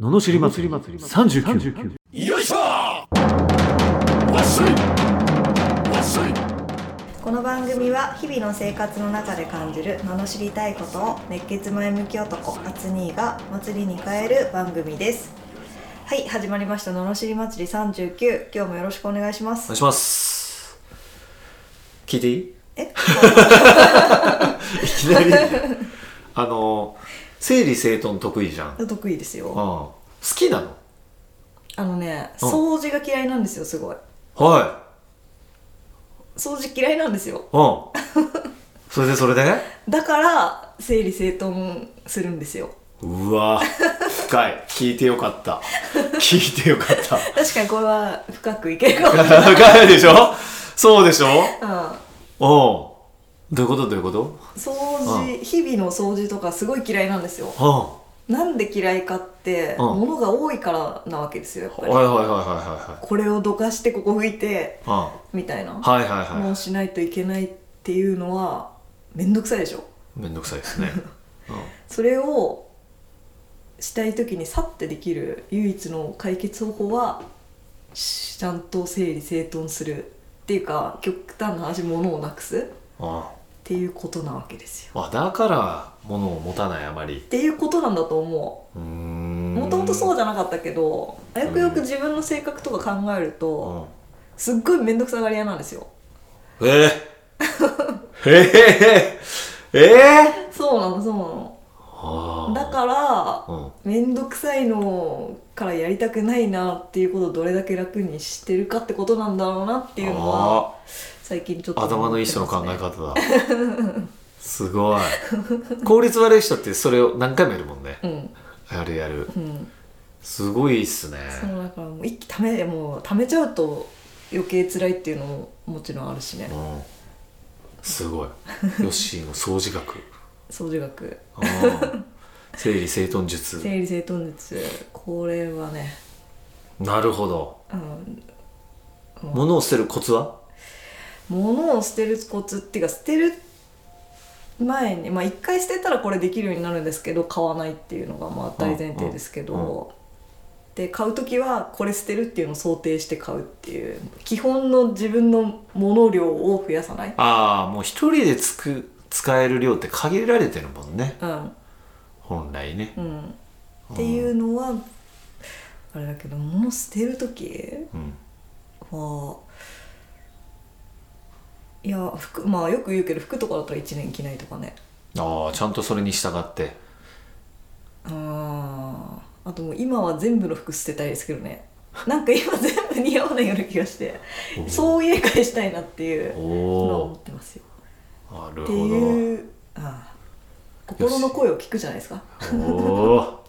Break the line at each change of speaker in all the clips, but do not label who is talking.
ののしり祭り39
よいしょわっしょいわっしょい
この番組は日々の生活の中で感じる罵りたいことを熱血前向き男アツニーが祭りに変える番組ですはい始まりました罵り祭り39今日もよろしくお願いしま
お
す
願いします聞いていい
え
いきなりあの整理整頓得意じゃんあ
あ得意です
あ
よ
好きなの
あのね
うん
掃除が嫌いなんですよすごい
は
掃除嫌いなんです
い
よ
うんそれでそれで
だから整理整頓するんですよ
うわ深い聞いてよかった聞いてよかった
確かにこれは深くいけるか も
深いでしょそうでしょ
うん
うんどういうことどういうこと
掃除日々の掃除とかすごい嫌いなんですよ
うん
なんで嫌いかって、
うん
物が多いからなわけですよやっぱ
はい
り
はいはいは
これをどかしてここ拭いて
いはいうん
みたいな、
はいはいはい
もうしないといけないっていうのはめんどくさいでしょ
めんどくさいですね、 うん
それをしたい時にさってできる唯一の解決方法はしちゃんと整理整頓するっていうか極端な話物をなくすっ
あ
ていうことなわけですよ
あだから物を持たないあまり
っていうことなんだと思う
うーん
もともとそう
う
じゃなかったけどよくよく自分の性格とか考えると、
ん
すっごい面倒くさがり屋なんですよ
えー、えー、ええ
そうなのそうなの
ー、
だから
らうん
面倒くさいのからやりたくないなっていうことをどれだけ楽にしてるかってことなんだろうなっていうのは
あ
最近ちょっと
ー
思って
頭のいい人の
ます
考
ね
え方だ すごい効率悪い人ってそれを何回もやるもんね
うん
やるやる
うん
すごいっすね
そうだからもう一気ためもうためちゃうと余計辛いっていうのももちろんあるしね
うんすごいヨッシーの掃除学
掃除学
うん 整理整頓術
整理整頓術これはね
なるほど
うん
物を捨てるコツは
物を捨てるコツっていうか捨てる前にまあ一回捨てたらこれできるようになるんですけど買わないっていうのがまあ大前提ですけど、
うんう
で買う時はこれ捨てるっていうのを想定して買うっていう基本の自分の物量を増やさない、
ああもう一人でつく使える量って限られてるもんね
うん
本来ね
うん、っていうのはあれだけど物捨てる時
うん
はいや服まあよく言うけど服とかだったら1年着ないとかね
ああちゃんとそれに従って
あーあともう今は全部の服捨てたいですけどねなんか今全部似合わないような気がして
おー
そう入れ替えしたいなっていう
お
のを思
お
ってますよ
なる
って
ほど
いうあー心の声を聞くじゃないですか
おお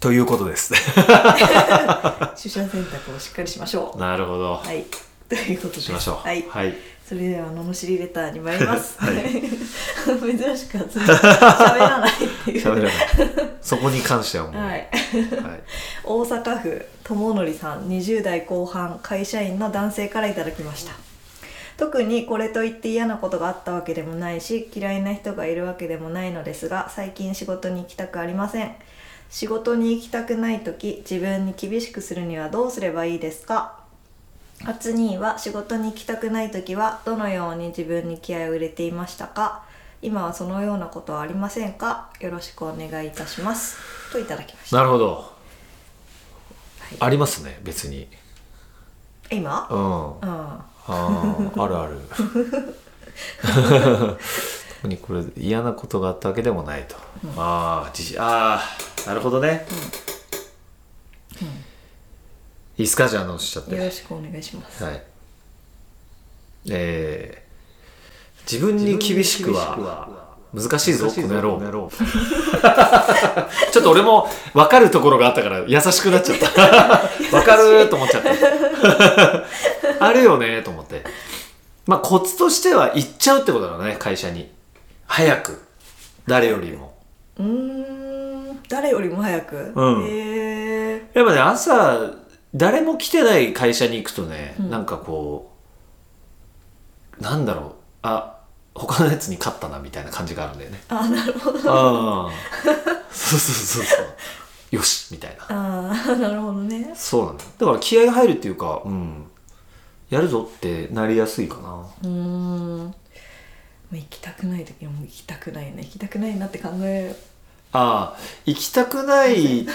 ということです
取捨選択をしっかりしましょ
なるほど
うはいということで
しましょう
はい、
はい、、
それでは罵りレターに参ります
はい
珍しく集め喋らないって いう
喋らないそこに関してはもう
はい
はい
大阪府友則さん20代後半会社員の男性からいただきました特にこれといって嫌なことがあったわけでもないし嫌いな人がいるわけでもないのですが最近仕事に行きたくありません仕事に行きたくない時自分に厳しくするにはどうすればいいですか初には仕事に行きたくない時はどのように自分に気合を入れていましたか今はそのようなことはありませんかよろしくお願いいたしますといただきました
なるほど
はい
ありますね別に
今
うん
あ
あーあるある特にこれ嫌なことがあったわけでもないと、ああ自信ああなるほどね、いいっすかじゃあ直しちゃっ
あよろ
て
しくお願いします。
はいえー、自分に厳しくは難しいぞこの野郎 ちょっと俺も分かるところがあったから優しくなっちゃ ったわかるーと思っちゃった。 あるよねーと思って。まあコツとしては行っちゃうってことだろうね、会社に。早く。誰よりも。
うーん、誰よりも早く。
うん
へえ。
やっぱね、朝、誰も来てない会社に行くとね、
うん
なんかこう、なんだろう、あ、他のやつに勝ったなみたいな感じがあるんだよね。
あ、なるほど。
ああ。そうそうそうそう。よしみたいな
ああ なるほどね
そうなんだよだから気合が入るっていうかうんやるぞってなりやすいかな
うーんもう行きたくない時はもう行きたくないね行きたくないなって考え
ああ行きたくない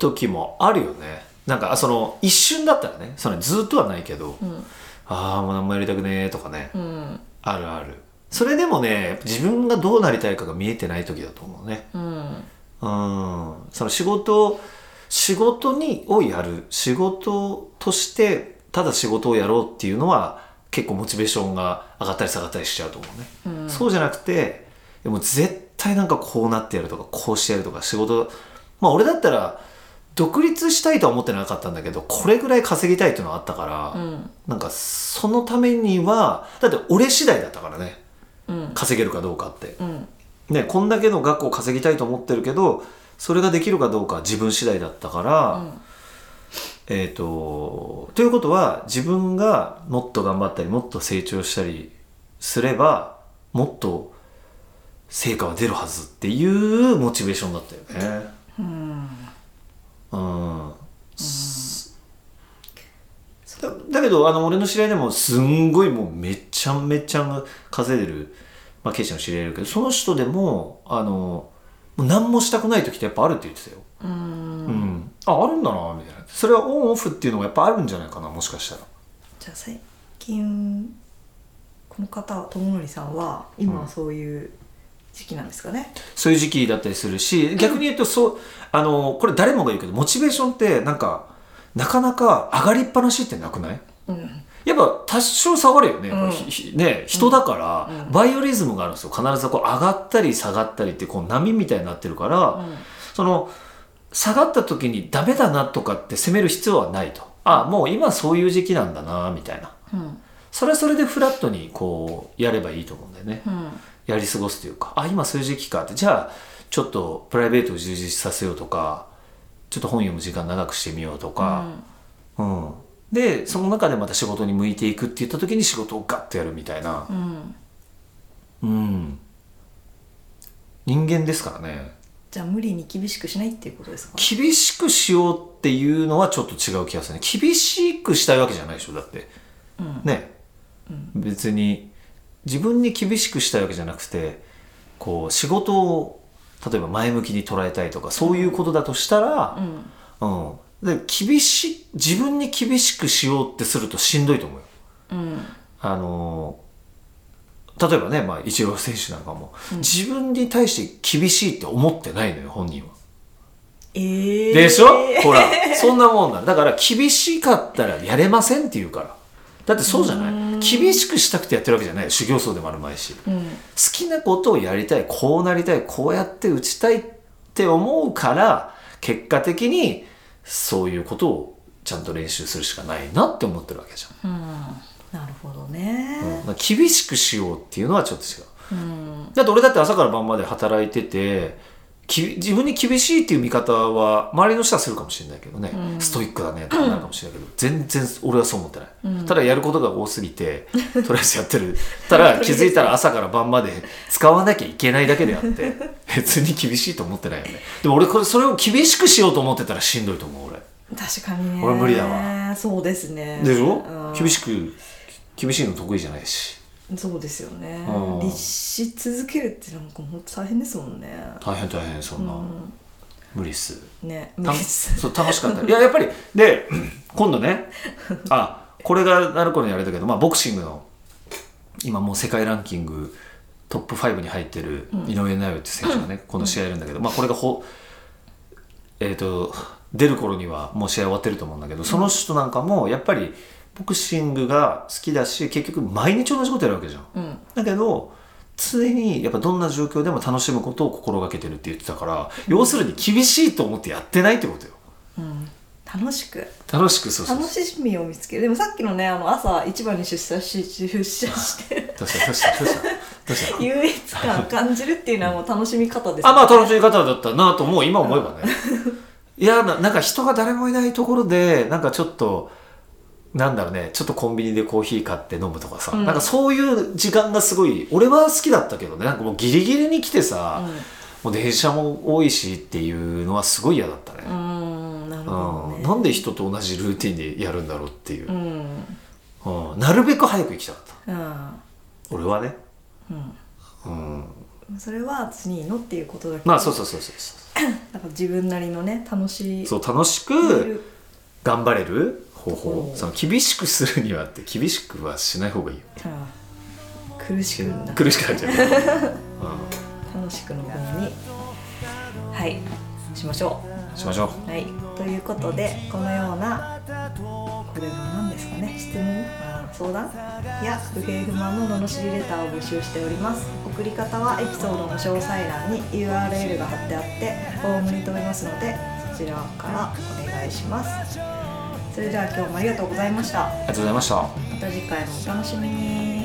時もあるよねなんかあその一瞬だったらねそのずっとはないけど、
うん
ああもう何もやりたくねえとかね
うん
あるあるそれでもね自分がどうなりたいかが見えてない時だと思うね
うん
うんその仕事仕事にをやる仕事としてただ仕事をやろうっていうのは結構モチベーションが上がったり下がったりしちゃうと思うね
うん
そうじゃなくてでも絶対なんかこうなってやるとかこうしてやるとか仕事まあ俺だったら独立したいとは思ってなかったんだけどこれぐらい稼ぎたいっていうのはあったから、
うん
なんかそのためにはだって俺次第だったからね
うん
稼げるかどうかって、
うん
ね、こんだけの額を稼ぎたいと思ってるけどそれができるかどうかは自分次第だったから、えっ、と、ということは自分がもっと頑張ったり、もっと成長したりすれば、もっと成果は出るはずっていうモチベーションだったよね。
うん
うん。だだけど、あの、俺の知り合いでも、すんごいもうめちゃめちゃ稼いでる、まあ、ケイちゃんの知り合いいるけど、その人でも、あの、もう何もしたくない時ってやっぱあるって言ってたよ。
うん
うん、ああるんだなみたいなそれはオンオフっていうのがやっぱあるんじゃないかなもしかしたら
じゃあ最近この方友則さんは今はそういう時期なんですかね、
そういう時期だったりするし逆に言うとそうあのこれ誰もが言うけどモチベーションってなんかなかなか上がりっぱなしってなくない
うん、
やっぱ多少下がるよね,、
うん
ひひね人だか
うん
ら
うん
バイオリズムがあるんですよ必ずこう上がったり下がったりってこう波みたいになってるから、その下がった時にダメだなとかって責める必要はないとあもう今そういう時期なんだなみたいな
うん
それはそれでフラットにこうやればいいと思うんだよね
うん
やり過ごすというかあ今そういう時期かってじゃあちょっとプライベートを充実させようとかちょっと本読む時間長くしてみようとか、うんでその中でまた仕事に向いていくって言った時に仕事をガッとやるみたいな
うんうん
うん人間ですからね
じゃあ無理に厳しくしないっていうことですか
厳しくしようっていうのはちょっと違う気がするね厳しくしたいわけじゃないでしょだって、
うん
ね、別に自分に厳しくしたいわけじゃなくてこう仕事を例えば前向きに捉えたいとかそういうことだとした
う
ら、
ん
うんで厳し自分に厳しくしようってするとしんどいと思うよ。
うん
あの例えばね、まあ、イチロー選手なんかも、自分に対して厳しいって思ってないのよ本人は。
えー、
でしょ、ほら、そんなもんなんだ。だから、厳しかったらやれませんって言うから。だってそうじゃない厳しくしたくてやってるわけじゃない。修行僧でもあるまいし。好
うん
きなことをやりたい、こうなりたい、こうやって打ちたいって思うから、結果的にそういうことをちゃんと練習するしかないなって思ってるわけじ
うん、なるほどね
ゃん。うんまあ厳しくしようっていうのはちょっと違う。
うん
だって俺だって朝から晩まで働いててき自分に厳しいっていう見方は周りの人はするかもしれないけどね、
うん
ストイックだねとかなるかもしれないけど、全然俺はそう思ってない、
うん
ただやることが多すぎてとりあえずやってるた ら気づいたら朝から晩まで使わなきゃいけないだけであって別に厳しいと思ってないよねでも俺これそれを厳しくしようと思ってたらしんどいと思う俺
確かにね
俺無理だわ
そうですね
でしょ、
うん、
厳しく厳しいの得意じゃないし
そうですよね
うん
律し続けるってなんか本当大変ですもんね
大変大変そんな、
うん
無理っす
ね無
た
理です
そう楽しかったいややっぱりで今度ねあこれがなる頃にあれだけど、まあ、ボクシングの今もう世界ランキングトップ5に入ってる井上尚弥って選手がね、この試合やるんだけど、まあ、これがほえー、と出る頃にはもう試合終わってると思うんだけどその人なんかもやっぱりボクシングが好きだし結局毎日同じことやるわけじゃん。
うん
だけど常にやっぱどんな状況でも楽しむことを心がけてるって言ってたから、要するに厳しいと思ってやってないってことよ
うん楽しく
楽しくそうそう
楽しみを見つけるでもさっきのねあの朝市場に出社し出社 して
どうしたどうしたどうした どうした
優越感感じるっていうのはもう楽しみ方ですよ
あまあ楽しみ方だったなともう今思えばね いやななんか人が誰もいないところでなんかちょっとなんだろうねちょっとコンビニでコーヒー買って飲むとかさ、
うん
なんかそういう時間がすごい俺は好きだったけどねなんかもうギリギリに来てさ、
うん
もう電車も多いしっていうのはすごい嫌だったね
う、ーんなるほど
うん
ね
なんで人と同じルーティンでやるんだろうっていう
う、ん
うんなるべく早く行きたかった
うん
俺はね、
う
うん、
んそれは私にいいのっていうことだけど
まあそうそうそうそうそ
なんか自分なりのね楽しいう
そう楽しく頑張れる方法
うん
その厳しくするにはって厳しくはしない方がいいよ
ああ苦しくな
苦しくなっちゃうから、う
楽しくの方にはいしましょ
ん、しましょう
うはいということでこのようなこれは何ですかね質問あー相談や不平不満の罵りレターを募集しております送り方はエピソードの詳細欄に URL が貼ってあってフォームに飛べますのでそちらからお願いしますそれでは今日もありがとうございました
ありがとうございました
また次回もお楽しみに